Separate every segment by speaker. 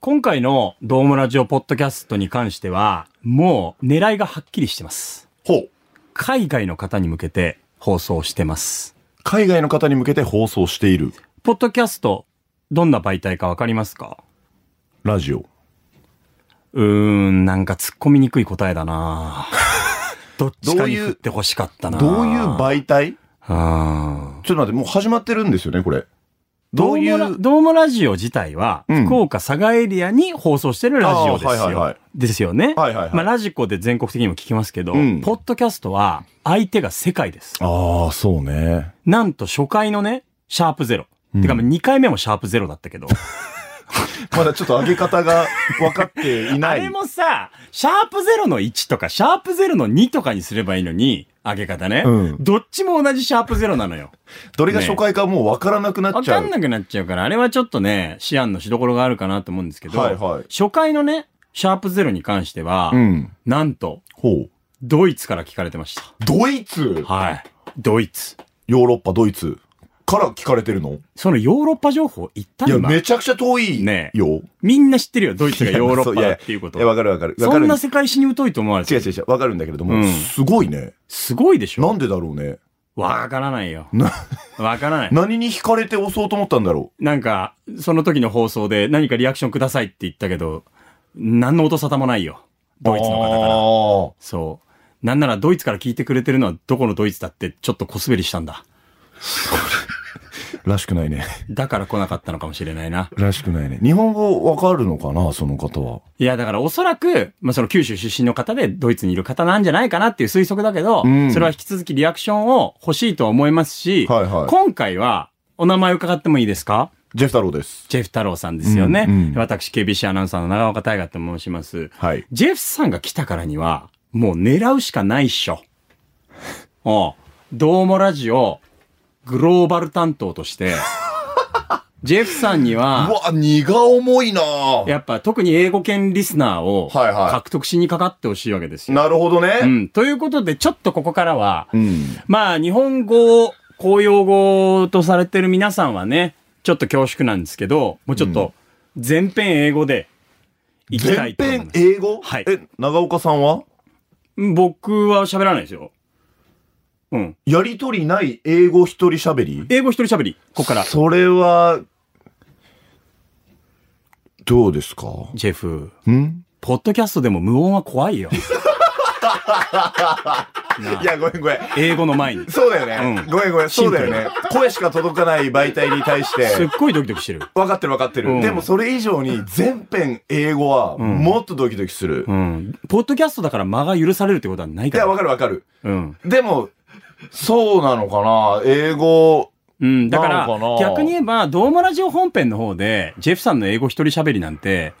Speaker 1: 今回のドームラジオポッドキャストに関しては、もう狙いがはっきりしてます。
Speaker 2: ほう。
Speaker 1: 海外の方に向けて放送してます。
Speaker 2: 海外の方に向けて放送している
Speaker 1: ポッドキャスト、どんな媒体かわかりますか
Speaker 2: ラジオ。
Speaker 1: うーん、なんか突っ込みにくい答えだ などっちかに振ってほしかったな
Speaker 2: どういう
Speaker 1: イ
Speaker 2: 媒体
Speaker 1: あー
Speaker 2: ちょっと待って、もう始まってるんですよね、これ。
Speaker 1: ド
Speaker 2: どうい
Speaker 1: ームラ
Speaker 2: う、
Speaker 1: ドームラジオ自体は、
Speaker 2: うん
Speaker 1: 福岡佐賀エリアに放送してるラジオですよ。
Speaker 2: あーはいはいはい
Speaker 1: ですよね。
Speaker 2: はいはいはい
Speaker 1: まあ、ラジコで全国的にも聞きますけど、
Speaker 2: うん
Speaker 1: ポッドキャストは相手が世界です。
Speaker 2: ああ、そうね。
Speaker 1: なんと初回のね、シャープゼロ。てか、
Speaker 2: うん
Speaker 1: 2回目もシャープゼロだった けど。
Speaker 2: まだちょっと上げ方が分かってい
Speaker 1: あ
Speaker 2: ない
Speaker 1: れ。もさ、シャープゼロの1とか、シャープゼロの2とかにすればいいのに、上げ方ね。
Speaker 2: うん
Speaker 1: どっちも同じシャープゼロなの よ。
Speaker 2: どれが初回かもう分からなくな
Speaker 1: わ
Speaker 2: っちゃ
Speaker 1: か
Speaker 2: う。
Speaker 1: んなくなっちゃうから、あれはちょっとね、思案のしどころがあるかなと思うんですけど、
Speaker 2: はいはい
Speaker 1: 初回のね、シャープゼロに関しては、
Speaker 2: うん。
Speaker 1: なんと、
Speaker 2: ほう。
Speaker 1: ドイツから聞かれてました。
Speaker 2: ドイツ
Speaker 1: はい。ドイツ。
Speaker 2: ヨーロッパ、ドイツから聞かれてるの
Speaker 1: そのヨーロッパ情報言った
Speaker 2: いや、
Speaker 1: 今
Speaker 2: めちゃくちゃ遠いよ。
Speaker 1: ねえみんな知ってるよ、ドイツがヨーロッパだっていうこと
Speaker 2: い。や、わかるわかる。わ
Speaker 1: そ
Speaker 2: か
Speaker 1: ん
Speaker 2: る
Speaker 1: な世界史に疎いと思われ
Speaker 2: 違う
Speaker 1: て
Speaker 2: 違う違う。わかるんだけれども、
Speaker 1: うん
Speaker 2: すごいね。
Speaker 1: すごいでし
Speaker 2: な
Speaker 1: ょ
Speaker 2: んでだろうね。
Speaker 1: わからないよ。
Speaker 2: な、
Speaker 1: わからない。
Speaker 2: 何に惹かれて押そうと思ったんだろ
Speaker 1: なんか、その時の放送で何かリアクションくださいって言ったけど、何の音沙汰もないよ。
Speaker 2: う。
Speaker 1: ドイツの方から。
Speaker 2: 方
Speaker 1: そう。なんならドイツから聞いてくれてるのはどこのドイツだってちょっと小滑りしたんだ。
Speaker 2: ら。らしくないね。
Speaker 1: だから来なかったのかもしれないな。
Speaker 2: らしくないね。日本語わかるのかなその方は。
Speaker 1: いや、だからおそらく、まあ、その九州出身の方でドイツにいる方なんじゃないかなっていう推測だけど、
Speaker 2: うん
Speaker 1: それは引き続きリアクションを欲しいとは思いますし、
Speaker 2: はいはい
Speaker 1: 今回はお名前伺ってもいいですか
Speaker 2: ジェフ太郎です。
Speaker 1: ジェフ太郎さんですよね。
Speaker 2: うんうん
Speaker 1: 私、KBC アナウンサーの長岡大河と申します。
Speaker 2: はい。
Speaker 1: ジェフさんが来たからには、もう狙うしかないっしょ。 おうどうもラジオ、グローバル担当と して、ジェフさんに
Speaker 2: う
Speaker 1: は、
Speaker 2: わ、荷が重いなぁ
Speaker 1: やっぱ特に英語圏リスナーを
Speaker 2: はいはい
Speaker 1: 獲得しにかかってほしいわけですよ。
Speaker 2: なるほど
Speaker 1: う
Speaker 2: ね。
Speaker 1: ん。ということで、ちょっとここからは、
Speaker 2: うん。
Speaker 1: まあ、日本語を公用語とされてる皆さんはね、ちょっと恐縮なんですけど、もうちょっと全編英語でいきた
Speaker 2: 全
Speaker 1: いと思い
Speaker 2: 編
Speaker 1: ます。
Speaker 2: 英語
Speaker 1: はい
Speaker 2: え、長岡さんは
Speaker 1: 僕は喋らないですよ。うん。
Speaker 2: やりとりない英語一人喋り
Speaker 1: 英語一人喋り、ここから。
Speaker 2: それは、どうですか
Speaker 1: ジェフ、
Speaker 2: ん
Speaker 1: ポッドキャストでも無音は怖いよ。
Speaker 2: いや、ごめんごめん。
Speaker 1: 英語の前 に。
Speaker 2: そうだよね。
Speaker 1: うん
Speaker 2: ごめんごめん。
Speaker 1: シ
Speaker 2: そ
Speaker 1: ン
Speaker 2: う
Speaker 1: プ
Speaker 2: だ
Speaker 1: ル
Speaker 2: よね。声しか届かない媒体に対して。
Speaker 1: すっごいドキドキしてる。
Speaker 2: 分かってる分かってる、
Speaker 1: うん
Speaker 2: でもそれ以上 に全編英語はもっとドキドキする、
Speaker 1: う
Speaker 2: い
Speaker 1: ん。ポッドキャストだから間が許されるってことはないか
Speaker 2: や
Speaker 1: ら。
Speaker 2: 分かる分かる
Speaker 1: うん。
Speaker 2: でもそうなのかな英語
Speaker 1: うん。だから
Speaker 2: なの、かな
Speaker 1: 逆に言えば、ドームラジオ本編の方で、ジェフさんの英語一人喋りなんて、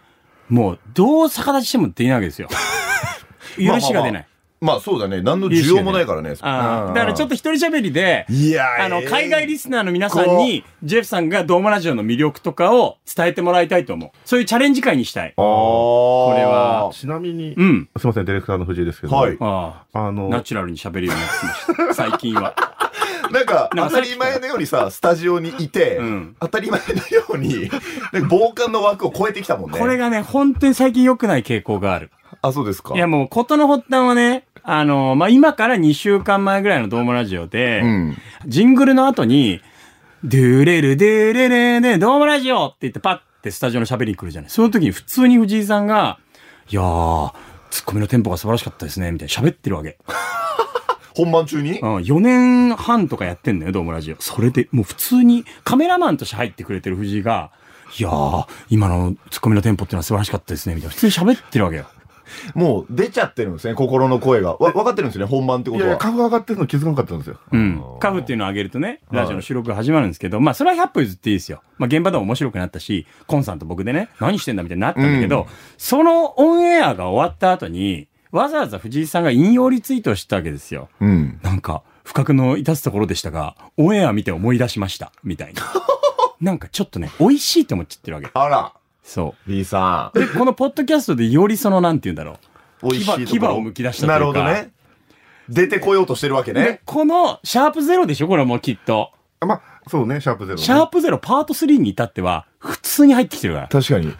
Speaker 1: もう、どう逆立ちしてもできないわけです よ。
Speaker 2: まあまあまあ
Speaker 1: 許しが出ない。
Speaker 2: まあそうだね何の需要もないからね
Speaker 1: ああ。だからちょっ
Speaker 2: と
Speaker 1: と一人喋りで、
Speaker 2: いや
Speaker 1: あの、海外リ
Speaker 2: ス
Speaker 1: スナーの皆さんに、ジェフさんがドームラジオの魅力とかを伝えてもらいたいと思う。そういうチャレンジ会にしたい。
Speaker 2: ああこ
Speaker 1: れは
Speaker 3: ちなみに、
Speaker 1: うん。
Speaker 3: すみません、ディレクターの藤井ですけど、
Speaker 2: はい
Speaker 1: あ
Speaker 3: あ
Speaker 1: あ。
Speaker 3: の、
Speaker 1: ナチュラルに喋るようになってきました。最近は。
Speaker 2: なんか
Speaker 1: なんかさ
Speaker 2: 当
Speaker 1: っ
Speaker 2: た
Speaker 1: き
Speaker 2: り前のようにさスタジオにいて、
Speaker 1: うん
Speaker 2: 当たり前のようになんか防寒の枠を超えてきたもん ね
Speaker 1: これ
Speaker 2: が
Speaker 1: がね、本当に最近良くない傾向がある。
Speaker 2: あそうですか
Speaker 1: いや、もう、ことの発端はね、あのまあ、今から2週間前ぐらいのドームラジオで、
Speaker 2: うん
Speaker 1: ジングルの後に、ドゥレルドゥレレで、ドームラジオって言ってパッてスタジオの喋りに来るじゃない。その時に普通に藤井さんが、いやー、ツッコミのテンポが素晴らしかったですね、みたいな喋ってるわけ。
Speaker 2: 本番中に
Speaker 1: うん、4年半とかやってんのよ、ドームラジオ。それで、もう普通にカメラマンとして入ってくれてる藤井が、いやー、今のツッコミのテンポっていうのは素晴らしかったですね、みたいな。普通に喋ってるわけよ。
Speaker 2: もう出ちゃってるんですね心の声がわ分かってるんですね本番ってこ
Speaker 3: い
Speaker 2: と
Speaker 3: や
Speaker 2: はい
Speaker 3: や、株が上がってるの気づかなかったんですよ。
Speaker 1: うん。カフっていうのを上げるとね、ラジオの収録が始まるんですけど、まあそれは100歩譲っていいですよ。まあ現場でも面白くなったし、コンさんと僕でね、何してんだみたいになったんだけど、そのオンエアが終わった後に、わざわざ藤井さんが引用リツイートをしたわけですよ。
Speaker 2: うん
Speaker 1: なんか、不覚の至すところでしたが、オンエア見て思い出しました、み たいな。なんかちょっとね、美味しいと思っちゃってるわけ。
Speaker 2: あら
Speaker 1: そ
Speaker 2: B さ
Speaker 1: う。で、このポッドキャストでよりその、なんて言うんだろう。
Speaker 2: ん、美味しいところ
Speaker 1: 牙牙を剥き出したというか
Speaker 2: なるほどね。出てこようとしてるわけ
Speaker 1: で
Speaker 2: ね。、
Speaker 1: この、シャープゼロでしょこれはもうきっと。
Speaker 3: あまあ、そうね、シャープゼロ、ね。
Speaker 1: シャープゼロパート3に至っては、普通に入ってきてるから。
Speaker 2: 確かに。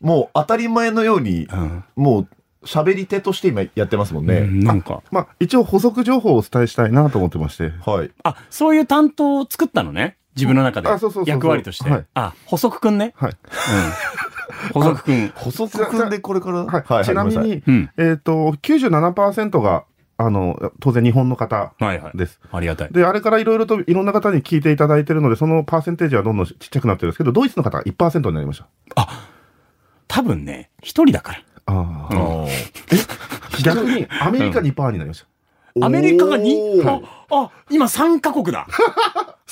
Speaker 2: もう当たり前のように、
Speaker 1: うん
Speaker 2: もう喋り手として今やってますもんね。
Speaker 1: なんか。
Speaker 3: まあ、一応補足情報をお伝えしたいなと思ってまして。
Speaker 2: はい。
Speaker 1: あ、そういう担当を作ったのね。自分の中で。
Speaker 3: あそうそうそうそう
Speaker 1: 役割として。
Speaker 3: はい
Speaker 1: あ、補足くんね。
Speaker 3: はい。
Speaker 1: うん。補足くん。
Speaker 2: 補足くんでこれから。
Speaker 3: はい。ちなみ。
Speaker 2: ごめんさい
Speaker 3: に、
Speaker 1: うん。
Speaker 3: えっ、ー、と、97%が、あの、当然日本の方
Speaker 1: はいはい。
Speaker 3: です。
Speaker 1: ありがたい。
Speaker 3: で、あれからいろいろといろんな方に聞いていただいてるので、そのパーセンテージはどんどんちっちゃくなってるんですけど、ドイツの方が1%になりました。
Speaker 1: 多分ね、一人だから。
Speaker 3: あ
Speaker 1: うん
Speaker 3: あ。逆に、アメリカ2%になりました。
Speaker 1: アメリカが2、
Speaker 2: おー
Speaker 1: あ、あ、今3カ国だ。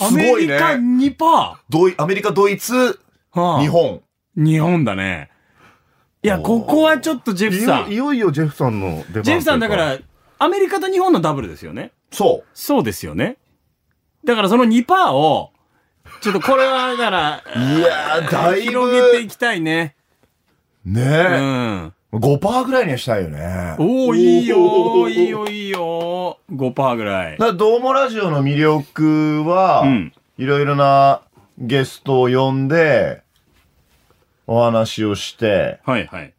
Speaker 1: ア
Speaker 2: す
Speaker 1: メ
Speaker 2: ごい
Speaker 1: リ
Speaker 2: ね
Speaker 1: カ2%パ
Speaker 2: ドイアメリカ、ドイツ、
Speaker 1: ー。
Speaker 2: 日
Speaker 1: 日。
Speaker 2: 本。
Speaker 1: 日本だね。いや、
Speaker 2: おー
Speaker 1: ここはちょっとジェフさん。
Speaker 3: い
Speaker 1: ジ
Speaker 3: よいよいよジェフさんの出番という
Speaker 1: ェフさんだか、ら、アメリカと日本のダブルですよね。
Speaker 2: そう。
Speaker 1: そうですよね。だからその2%パーを、ちょっとこれは、だから、
Speaker 2: いやー、だい
Speaker 1: 広げてい
Speaker 2: ぶ、
Speaker 1: きたいね。う
Speaker 2: ね
Speaker 1: ん。
Speaker 2: え、5%ぐらいにはしたいよね。
Speaker 1: おおいいよいいよいいよ5%ぐらい
Speaker 2: だか。らどうもラジオの魅力は、
Speaker 1: うん
Speaker 2: いろいろなゲストを呼んで、お話をして、
Speaker 1: はいはい。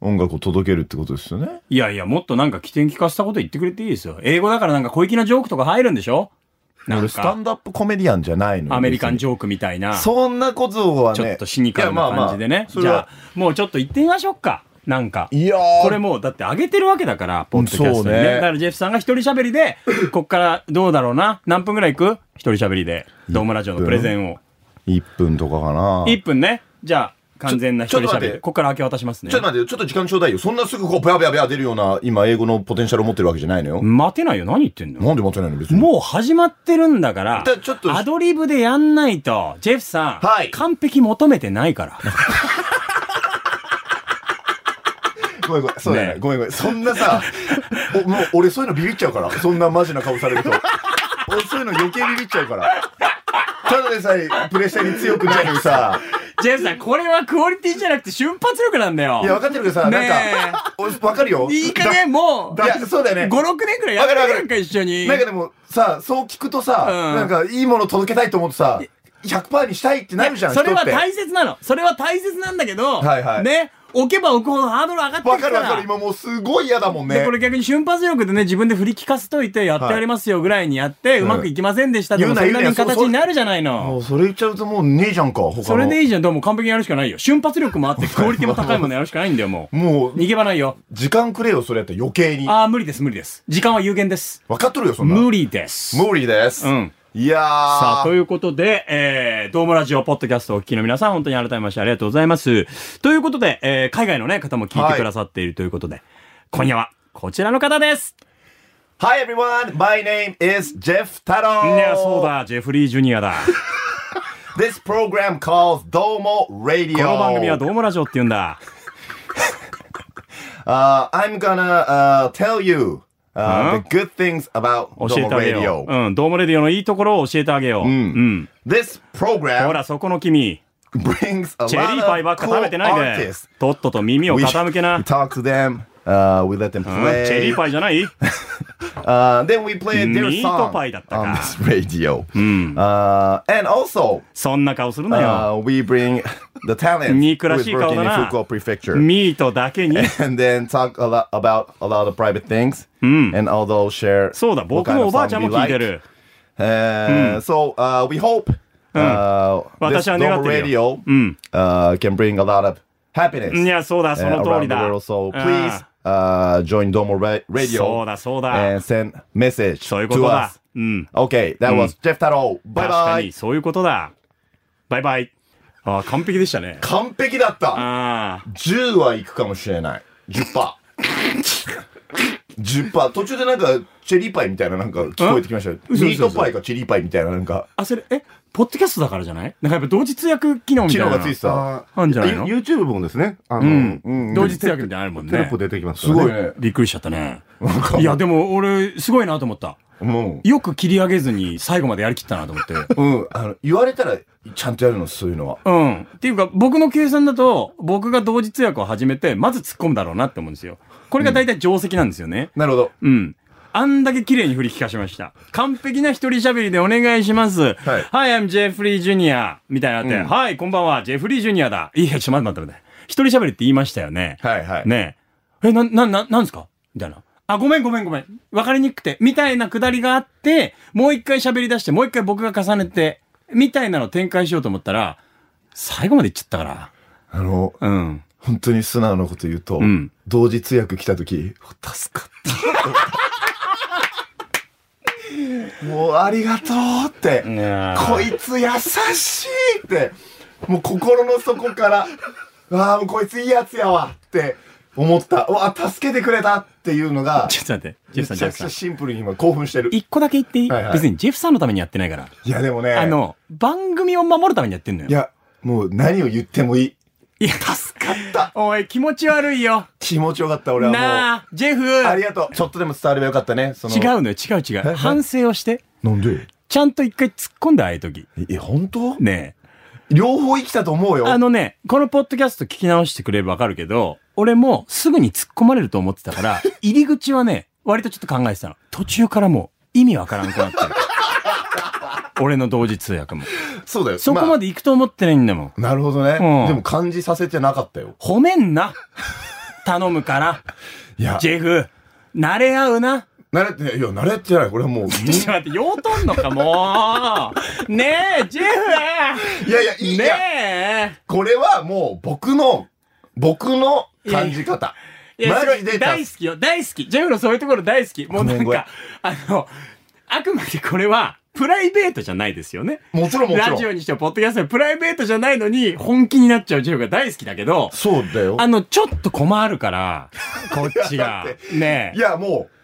Speaker 2: 音楽を届けるってことですよね。
Speaker 1: いやいや、もっとなんか起点聞かせたこと言ってくれていいですよ。英語だからなんか小粋なジョークとか入るんでしょな
Speaker 2: 俺
Speaker 1: ん
Speaker 2: スタン
Speaker 1: か、
Speaker 2: ドアップコメディアンじゃないのよ
Speaker 1: アメリカン
Speaker 2: 別
Speaker 1: ジョークみたいな、
Speaker 2: に
Speaker 1: ち
Speaker 2: そんなことはね。
Speaker 1: ょっとシニカル
Speaker 2: いや
Speaker 1: な
Speaker 2: まあまあ
Speaker 1: 感じでね。
Speaker 2: そ
Speaker 1: じ
Speaker 2: れ
Speaker 1: ゃあ
Speaker 2: は、
Speaker 1: もうちょっと行ってみましょうか。なんか。
Speaker 2: いやー。
Speaker 1: これもう、だって上げてるわけだから、ポッドキャストに
Speaker 2: うんそう
Speaker 1: ね。
Speaker 2: ね
Speaker 1: だからジェフさんが一人喋り で、こっからどうだろうな。何分ぐらい行く一人喋りで、ドームラジオのプレゼンを。
Speaker 2: 1分とかかな。
Speaker 1: 1分ね。じゃあ、完全な一人
Speaker 2: ちょっ
Speaker 1: 喋
Speaker 2: と待
Speaker 1: り
Speaker 2: っ
Speaker 1: で。
Speaker 2: て
Speaker 1: こっから明け渡しますね
Speaker 2: ちょっ。と待ってよ、ちょっと時間ちょうだいよ。そんなすぐこう、ブヤブヤブヤ出るような、今、英語のポテンシャルを持ってるわけじゃないのよ。
Speaker 1: 待てないよ。何言ってんの
Speaker 2: なんで持ってないの別に。
Speaker 1: もう始まってるんだから
Speaker 2: だちょっ、と
Speaker 1: アドリブでやんないと、ジェフさん、
Speaker 2: はい
Speaker 1: 完璧求めてないから。
Speaker 2: ごめんごめん、そうだよね。
Speaker 1: ね
Speaker 2: ごめんごめん。そんなさ、おもう俺そういうのビビっちゃうから。そんなマジな顔されると。俺そういうの余計ビビっちゃうから。ただでさえプレッシャーに強くないのにさ。
Speaker 1: ジェフさん、これはクオリティじゃなくて瞬発力なんだよ。
Speaker 2: いや、分かってるけどさ、
Speaker 1: ね
Speaker 2: なんか、おわかるよ。
Speaker 1: え。いい加減もう、
Speaker 2: だいやそうだよね
Speaker 1: 5、6年くらいやってるやんか、一緒に。
Speaker 2: なんかでもさ、そう聞くとさ、
Speaker 1: うん
Speaker 2: なんかいいもの届けたいと思ってさ、100%にしたいってなるじゃん、
Speaker 1: それは
Speaker 2: 人って
Speaker 1: 大切なの。それは大切なんだけど、
Speaker 2: はいはい
Speaker 1: ね、置けば置くほどハードル上がってく
Speaker 2: わ
Speaker 1: か。
Speaker 2: からるわかる。今もうすごい嫌だもん
Speaker 1: で、
Speaker 2: ね
Speaker 1: こ。れ逆に瞬発力でね、自分で振り聞かせといて、やってやりますよぐらいにやって、うまくいきませんでしたでも、
Speaker 2: 言う
Speaker 1: そ
Speaker 2: なん
Speaker 1: なに
Speaker 2: 言うな
Speaker 1: 形になるじゃないの。
Speaker 2: もうそれ言っちゃうともうねえじゃんか、他の。
Speaker 1: それでいいじゃん。でも完璧にやるしかないよ。瞬発力もあって、クオリティも高いものやるしかないんだよ、もう。
Speaker 2: もう、
Speaker 1: 逃げ場ないよ。
Speaker 2: 時間くれよ、それやって余計に。
Speaker 1: ああ、無理です、無理です。時間は有限です。
Speaker 2: 分かっとるよ、そんな。
Speaker 1: 無理です。
Speaker 2: 無理です。
Speaker 1: うん。
Speaker 2: いやー。
Speaker 1: さあ、ということで、えー、ドームラジオポッドキャストをお聞きの皆さん、本当に改めましてありがとうございます。ということで、えー、海外のね、方も聞いてくださっているということで、今夜は、こちらの方です
Speaker 2: Hi everyone, my name is Jeff Taro.
Speaker 1: いや、そうだ、ジェフリー・ジュニアだ。
Speaker 2: This program calls Domo
Speaker 1: こ
Speaker 2: Radio.
Speaker 1: の番組はドームラジオって言うんだ。
Speaker 2: Uh, I'm gonna uh, tell you uh, the good things about
Speaker 1: 教え
Speaker 2: Domo
Speaker 1: てあげよ
Speaker 2: Radio.
Speaker 1: う。うん、ドームレディオのいいところを教えてあげよう。うん。
Speaker 2: This
Speaker 1: ほ
Speaker 2: program
Speaker 1: ら、そこの君、
Speaker 2: brings a
Speaker 1: チェリーパイばっ
Speaker 2: lot
Speaker 1: か
Speaker 2: of
Speaker 1: 食
Speaker 2: cool
Speaker 1: べてないで
Speaker 2: artists.、
Speaker 1: とっとと耳を
Speaker 2: We,
Speaker 1: 傾け
Speaker 2: we
Speaker 1: な。
Speaker 2: talk to them. Uh, we let them
Speaker 1: うんチェリ
Speaker 2: play.
Speaker 1: ーパイじゃない
Speaker 2: Uh, then we play their
Speaker 1: ミート
Speaker 2: song
Speaker 1: パイだったか Hmm.
Speaker 2: on this radio. Uh, and also,
Speaker 1: そんな顔するなよ。
Speaker 2: uh, we bring the talent
Speaker 1: 憎らしい
Speaker 2: who's working in
Speaker 1: 顔だな。
Speaker 2: Fukuoka Prefecture.
Speaker 1: ミートだけに。
Speaker 2: and then talk a lot about a lot of private things. And although share
Speaker 1: そうだ、僕もおばあちゃんも聞いてる。
Speaker 2: Uh, So uh, we hope uh, this
Speaker 1: 私は願ってるよ。
Speaker 2: Global Radio uh, can bring a lot of happiness.
Speaker 1: いや、そうだ、そ
Speaker 2: uh,
Speaker 1: の通り
Speaker 2: around the
Speaker 1: だ。
Speaker 2: world. So
Speaker 1: あ
Speaker 2: please uh, join Domo Ra-
Speaker 1: あ
Speaker 2: Radio
Speaker 1: そうだ、そうだ。
Speaker 2: and send message
Speaker 1: そういうこ
Speaker 2: to
Speaker 1: とだ
Speaker 2: us.。
Speaker 1: うん。
Speaker 2: Okay, that was Jeff Taro.
Speaker 1: 確か
Speaker 2: Bye
Speaker 1: に、
Speaker 2: bye.
Speaker 1: そういうことだ。バイバイ。ああ、完璧でしたね。
Speaker 2: 完璧だ
Speaker 1: Ah.
Speaker 2: った。
Speaker 1: ああ。
Speaker 2: 10はいくかもしれない。10パー。10パー。途中でなんか、チェリーパイみたいななんか聞こえてきましたよ。
Speaker 1: 嘘嘘嘘
Speaker 2: ミートパイかチェリーパイみたいななんか、
Speaker 1: あ、それ、え、ポッドキャストだからじゃないなんかやっぱ同時通訳機能みた
Speaker 2: 機
Speaker 1: いな
Speaker 2: 能
Speaker 1: の。
Speaker 2: がついてた。
Speaker 3: あ
Speaker 1: あんじゃないの
Speaker 3: YouTube もですね、あの、うん
Speaker 1: 同時通訳みたいなのあるもんね
Speaker 3: テロップ出てきます
Speaker 2: す
Speaker 3: から
Speaker 2: ごい
Speaker 3: ね。
Speaker 2: ね。
Speaker 1: びっくりしちゃったね。いや、でも俺、すごいなと思った。
Speaker 2: も
Speaker 1: よく切り上げずに最後までやりきったなと思って。
Speaker 2: う、うん、あの、言われたら、ちゃんとやるの、そういうのは。
Speaker 1: うん。っていうか、僕の計算だと、僕が同時通訳を始めて、まず突っ込むだろうなって思うんですよ。これが大体定石なんですよね。
Speaker 2: なるほど。
Speaker 1: うん。あんだけ綺麗に振り聞かしました。完璧な一人喋りでお願いします。はい。I'm Jeffrey Jr. みたいになって、はい、こんばんは、ジェフリー・ジュニアだ。いや、ちょっと待って待って待って。一人喋りって言いましたよね。
Speaker 2: はいはい。
Speaker 1: ねえ。え、な、な、な、なんですかみたいな。あ、ごめんごめんごめん。わかりにくくて。みたいなくだりがあって、もう一回喋り出して、もう一回僕が重ねて、みたいなのを展開しようと思ったら、最後まで言っちゃったか
Speaker 2: あの、
Speaker 1: ら。うん。
Speaker 2: 本当に素直なこと言うと、
Speaker 1: うん
Speaker 2: 同時通訳来た時、助かった。もうありがとうって、
Speaker 1: いやー
Speaker 2: こいつ優しいって、もう心の底から、ああ、もうこいついいやつやわって思った。うわ、助けてくれたっていうのが、
Speaker 1: ちょっと待って。ジェ
Speaker 2: め
Speaker 1: フさん、
Speaker 2: ち
Speaker 1: ジェ
Speaker 2: ゃ
Speaker 1: フ
Speaker 2: く
Speaker 1: さ
Speaker 2: ち
Speaker 1: ん
Speaker 2: ゃ。シンプルに今興奮してる。い
Speaker 1: 一個だけ言っていい、
Speaker 2: はいはい
Speaker 1: 別にジェフさんのためにやってないから。
Speaker 2: やでもね、
Speaker 1: あの、番組を守るためにやってんのよ。
Speaker 2: いや、もう何を言ってもいい。
Speaker 1: いや、
Speaker 2: 助かった。
Speaker 1: おい、気持ち悪いよ。
Speaker 2: 気持ちよかった、俺はもう。
Speaker 1: なあ、ジェフ
Speaker 2: ありがとう。ちょっとでも伝わればよかったね。その
Speaker 1: 違うのよ、違う違う。
Speaker 2: え
Speaker 1: 反省をして。
Speaker 2: なんで
Speaker 1: ちゃんと一回突っ込んで、ああいう時。
Speaker 2: え、本当
Speaker 1: ねえ。
Speaker 2: 両方生きたと思うよ。
Speaker 1: あのね、このポッドキャスト聞き直してくれればわかるけど、俺もすぐに突っ込まれると思ってた から、入り口はね、割とちょっと考えてたの。途中からもう意味わからんくなって る。俺の同時通訳も。
Speaker 2: そうだよ。
Speaker 1: そこまで行くと思ってないんだもん。
Speaker 2: まあなるほどね、
Speaker 1: うん
Speaker 2: でも感じさせてなかったよ。
Speaker 1: 褒めんな。頼むから。
Speaker 2: いや、
Speaker 1: ジェフ、慣れ合うな。
Speaker 2: 慣れて、いや、慣れてない。これはも う、
Speaker 1: ちょっと待って、ようとんのか、も う。ねえ、ジェフ
Speaker 2: いやいや、いいや、
Speaker 1: ね
Speaker 2: これはもう僕の、僕の感じ方。
Speaker 1: え。いや、
Speaker 2: マジ
Speaker 1: すご
Speaker 2: で
Speaker 1: い大好きよ、大好き。ジェフのそういうところ大好き。もうな
Speaker 2: ごめん
Speaker 1: ん
Speaker 2: ごめん
Speaker 1: か、あの、あくまでこれは、プライベートじゃないですよね。
Speaker 2: もちろんもち
Speaker 1: ラ
Speaker 2: ろ
Speaker 1: ジオ
Speaker 2: ん。
Speaker 1: にしても、ポッドキャストでもプライベートじゃないのに、本気になっちゃうジェフが大好きだけど、
Speaker 2: そうだよ
Speaker 1: あ。の、ちょっと困るから、こっちが
Speaker 2: いやだっ。
Speaker 1: ね
Speaker 2: いや、もう、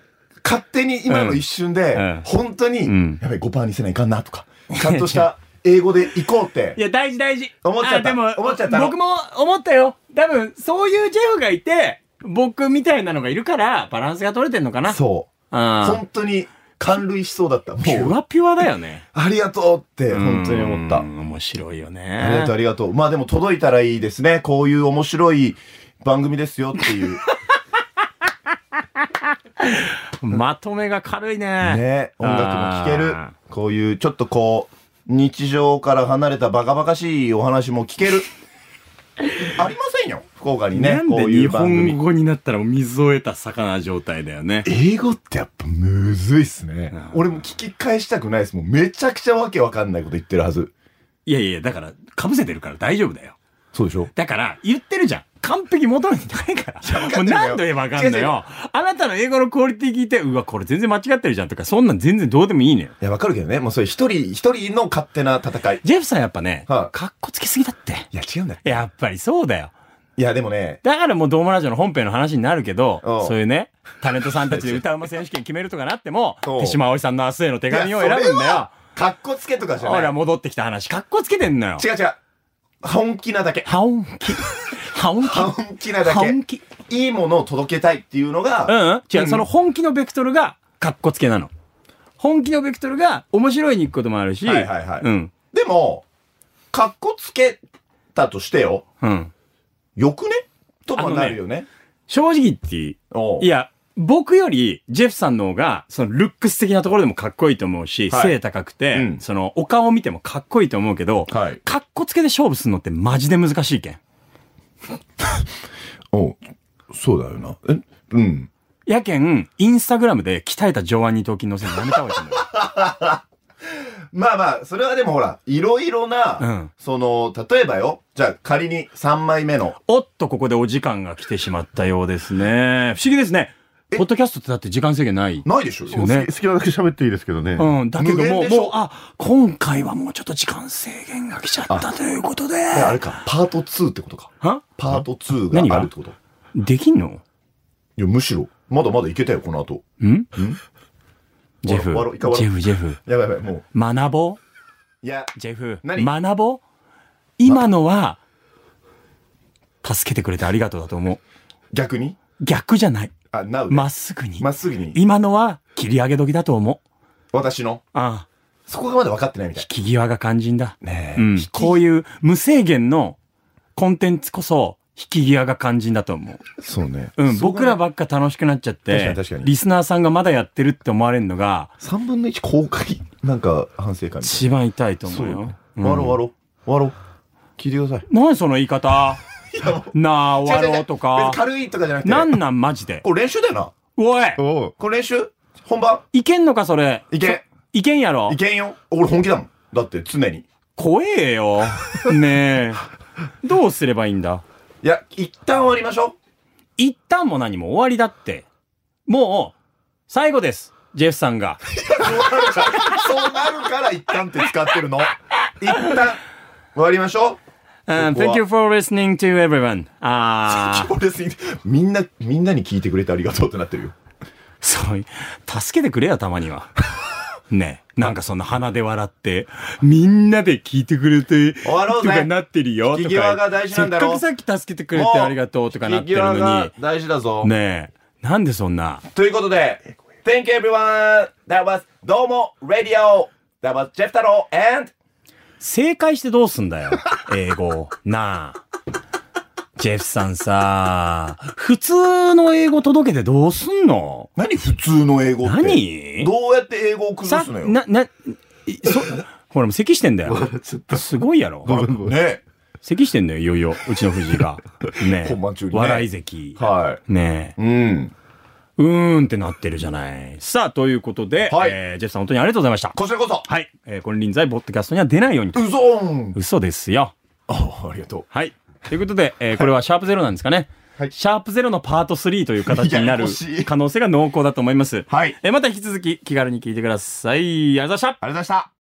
Speaker 2: 勝手に今の一瞬で、
Speaker 1: うんうん
Speaker 2: 本当に、
Speaker 1: ん
Speaker 2: やべ、5%にせないかんなとか、ちゃんとした英語で行こうって
Speaker 1: い。や、大事大事。
Speaker 2: 思っちゃった
Speaker 1: あでも、
Speaker 2: 思っちゃったの
Speaker 1: 僕も思ったよ。多分、そういうジェフがいて、僕みたいなのがいるから、バランスが取れてんのかな。う。
Speaker 2: そう。
Speaker 1: あ
Speaker 2: 本当に感類しそうだった。も
Speaker 1: ピュ
Speaker 2: う、
Speaker 1: アピュアだよね。
Speaker 2: ありがとうって、 本当に思った
Speaker 1: う。ん面白いよね。
Speaker 2: ありがとう、ありがとう。まあでも届いたらいいですね。こういう面白い番組ですよっていう。
Speaker 1: まとめが軽いね。
Speaker 2: ね。 音楽も聴ける
Speaker 1: あ。
Speaker 2: こういう、ちょっとこう、日常から離れたバカバカしいお話も聞け る。ありませんよ。福岡にね
Speaker 1: な。ん
Speaker 2: こう
Speaker 1: で
Speaker 2: い
Speaker 1: 日
Speaker 2: う番
Speaker 1: 本
Speaker 2: 組。
Speaker 1: 語になったら水を得た魚状態だよね。
Speaker 2: 英語ってやっぱむずいっすね
Speaker 1: うん
Speaker 2: 俺も聞き返したくないです。もうめちゃくちゃわけわかんないこと言ってるはず。
Speaker 1: いやいや、だから、かぶせてるから大丈夫だよ。
Speaker 2: そうでしょ
Speaker 1: だから、言ってるじゃん。完璧求めてないから。もう
Speaker 2: んないよ
Speaker 1: 何度言えばわかんの
Speaker 2: 違う違う
Speaker 1: よ。あなたの英語のクオリティ聞いて、うわ、これ全然間違ってるじゃんとか、そんなん全然どうでもいいのよ。
Speaker 2: いや、わかるけどね。もうそれ一人、一人の勝手な戦い。
Speaker 1: ジェフさんやっぱね、
Speaker 2: はい
Speaker 1: かっこつきすぎだって。
Speaker 2: いや、違うんだよ。
Speaker 1: やっぱりそうだよ。
Speaker 2: いや、でもね、
Speaker 1: だからもうドームラジオの本編の話になるけど
Speaker 2: お、う
Speaker 1: そういうね、タレントさんたちで歌うま選手権決めるとか なっても、
Speaker 2: おう
Speaker 1: 手島葵さんの明日への手紙を選ぶ
Speaker 2: いやそ
Speaker 1: んだ
Speaker 2: れ
Speaker 1: よ
Speaker 2: は。かっこつけとかじゃ
Speaker 1: ほ
Speaker 2: ない
Speaker 1: ら、。戻ってきた話、かっこつけてんのよ。
Speaker 2: 違う違う。本気なだけ。
Speaker 1: はおんき。はおんき。
Speaker 2: 本気なだ
Speaker 1: はおん
Speaker 2: け。
Speaker 1: き。
Speaker 2: いいものを届けたいっていうのが、
Speaker 1: うんうん。違
Speaker 2: う
Speaker 1: う、
Speaker 2: ん
Speaker 1: その本気のベクトルが、かっこつけなの。本気のベクトルが、面白いに行くこともあるし、
Speaker 2: はいはいはい
Speaker 1: うん。
Speaker 2: でも、かっこつけたとしてよ。
Speaker 1: うん。
Speaker 2: よくねと
Speaker 1: あ
Speaker 2: か
Speaker 1: のね
Speaker 2: なるよね。
Speaker 1: 正直言っていい
Speaker 2: おう
Speaker 1: いや、僕より、ジェフさんの方が、その、ルックス的なところでもかっこいいと思うし、
Speaker 2: はい
Speaker 1: 背高くて、
Speaker 2: うん
Speaker 1: その、お顔を見てもかっこいいと思うけど、
Speaker 2: はい
Speaker 1: かっこつけで勝負するのってマジで難しいけん。
Speaker 2: おうそうだよな。えうん。
Speaker 1: やけん、インスタグラムで鍛えた上腕二頭筋乗せるのやめた方がいいと思う。
Speaker 2: まあまあ、それはでもほら、いろいろな、
Speaker 1: うん
Speaker 2: その、例えばよ、じゃあ仮に3枚目の、
Speaker 1: おっと、ここでお時間が来てしまったようですね。不思議ですね。ポッドキャストってだって時間制限ない。
Speaker 2: ないでしょ
Speaker 1: よね
Speaker 3: 好き好きなだけ喋っていいですけどね。
Speaker 1: うん。だけど
Speaker 2: 無限
Speaker 1: も、
Speaker 2: でしょ
Speaker 1: もう、あ、今回はもうちょっと時間制限が来ちゃったということで。
Speaker 2: あれか、パート2ってことか。
Speaker 1: は
Speaker 2: パート2
Speaker 1: 何
Speaker 2: が
Speaker 1: が
Speaker 2: あるってこと。い
Speaker 1: できんの
Speaker 2: や、むしろ、まだまだいけたよ、この後。
Speaker 1: んジェ
Speaker 2: 終
Speaker 1: フ
Speaker 2: わろう一回終わろう、
Speaker 1: ジェフ、ジェフ。
Speaker 2: やばいやばい、もう。
Speaker 1: 学ぼう。
Speaker 2: いや、
Speaker 1: ジェフ、
Speaker 2: 何
Speaker 1: 学ぼう。今のは、助けてくれてありがとうだと思
Speaker 2: 逆に
Speaker 1: う。逆じゃない。
Speaker 2: あ、なうね。
Speaker 1: まっすぐに。
Speaker 2: まっすぐに。
Speaker 1: 今のは、切り上げ時だと思う。
Speaker 2: 私の。
Speaker 1: ああ、
Speaker 2: そこがまだ分かってないみたい。
Speaker 1: 引き際が肝心だ。
Speaker 2: ね
Speaker 1: うん。こういう無制限のコンテンツこそ、引き際が肝心だと思う。
Speaker 2: そうね。
Speaker 1: うん、僕らばっか楽しくなっちゃっ
Speaker 2: 確かに
Speaker 1: て
Speaker 2: 確か、に
Speaker 1: リスナーさんがまだやってるって思われるのが、
Speaker 2: 3分の1公開、 なんか反省会みたい
Speaker 1: 一番痛いと
Speaker 2: な。
Speaker 1: 思うよ。
Speaker 2: 終わろう終わろう。終わろう。聞いてください。
Speaker 1: 何その言い方。なあ、終わろうと
Speaker 2: 違う違う違う
Speaker 1: か
Speaker 2: 別に。軽いとかじゃなくて。
Speaker 1: なんなん、マジで。
Speaker 2: これ練習だよな。
Speaker 1: おい
Speaker 3: おう
Speaker 2: これ練習本番
Speaker 1: いけんのか、それ。
Speaker 2: いけん
Speaker 1: いけんやろ
Speaker 2: いけんよ。俺本気だもん。だって常に。
Speaker 1: 怖え よ。ねえ。どうすればいいんだ
Speaker 2: いや、一旦終わりましょ
Speaker 1: 一旦も何も終わりだって。もう、最後です。ジェフさん が。
Speaker 2: う。 そうなるから、そうなるから一旦って使ってるの。一旦、終わりましょう。
Speaker 1: Um,
Speaker 2: ここは
Speaker 1: thank you for listening to everyone. ああ、
Speaker 2: 俺すみんな、みんなに聞いてくれてありがとうってなってるよ。
Speaker 1: そうい、助けてくれよ、たまには。 ねえ。なんかそんな鼻で笑って、みんなで聞いてくれて、
Speaker 2: 終わろうぜ
Speaker 1: とかなってるよ、とか。
Speaker 2: 聞き際が大事なんだろ
Speaker 1: せっかくさっき助けてくれてありがとうとかなってる
Speaker 2: 聞き際
Speaker 1: の
Speaker 2: が大事だぞ
Speaker 1: に。。ねえ。なんでそんな。
Speaker 2: ということで、Thank you everyone! That was どうも Radio! That was ジェフ太郎 and
Speaker 1: 正解してどうすんだよ。英語。なあ。ジェフさんさ、普通の英語届けてどうすんの
Speaker 2: 何普通の英語って
Speaker 1: 何
Speaker 2: どうやって英語を崩
Speaker 1: さ
Speaker 2: すの、よ。ね
Speaker 1: な、な、いそ、ほら、もう咳してん だよ。すごいやろ。
Speaker 3: ごめんごめん
Speaker 1: 咳してんだよ、いよいよ。うちの藤井 が。ね
Speaker 2: 本番中にね
Speaker 1: 笑い咳。
Speaker 2: は
Speaker 1: ねえ
Speaker 2: い。うん。
Speaker 1: うーんってなってるじゃない。さあ、ということで、
Speaker 2: はい
Speaker 1: えージェフさん本当にありがとうございました。
Speaker 2: こちらこそ。
Speaker 1: はい。えー、この臨在、ボッドキャストには出ないようにと。
Speaker 2: うぞーん
Speaker 1: 嘘ですよ。
Speaker 2: あありがと
Speaker 1: はい。ということで、えーこれはシャープゼロなんですかね。
Speaker 3: はい
Speaker 1: シャープゼロのパート3という形にな
Speaker 2: やや
Speaker 1: る
Speaker 2: こしい
Speaker 1: 可能性が濃厚だと思います。
Speaker 2: う。はい。ありがとう
Speaker 1: えーまた引き続き気軽に聞いてください。ありがとうございました。
Speaker 2: ございました。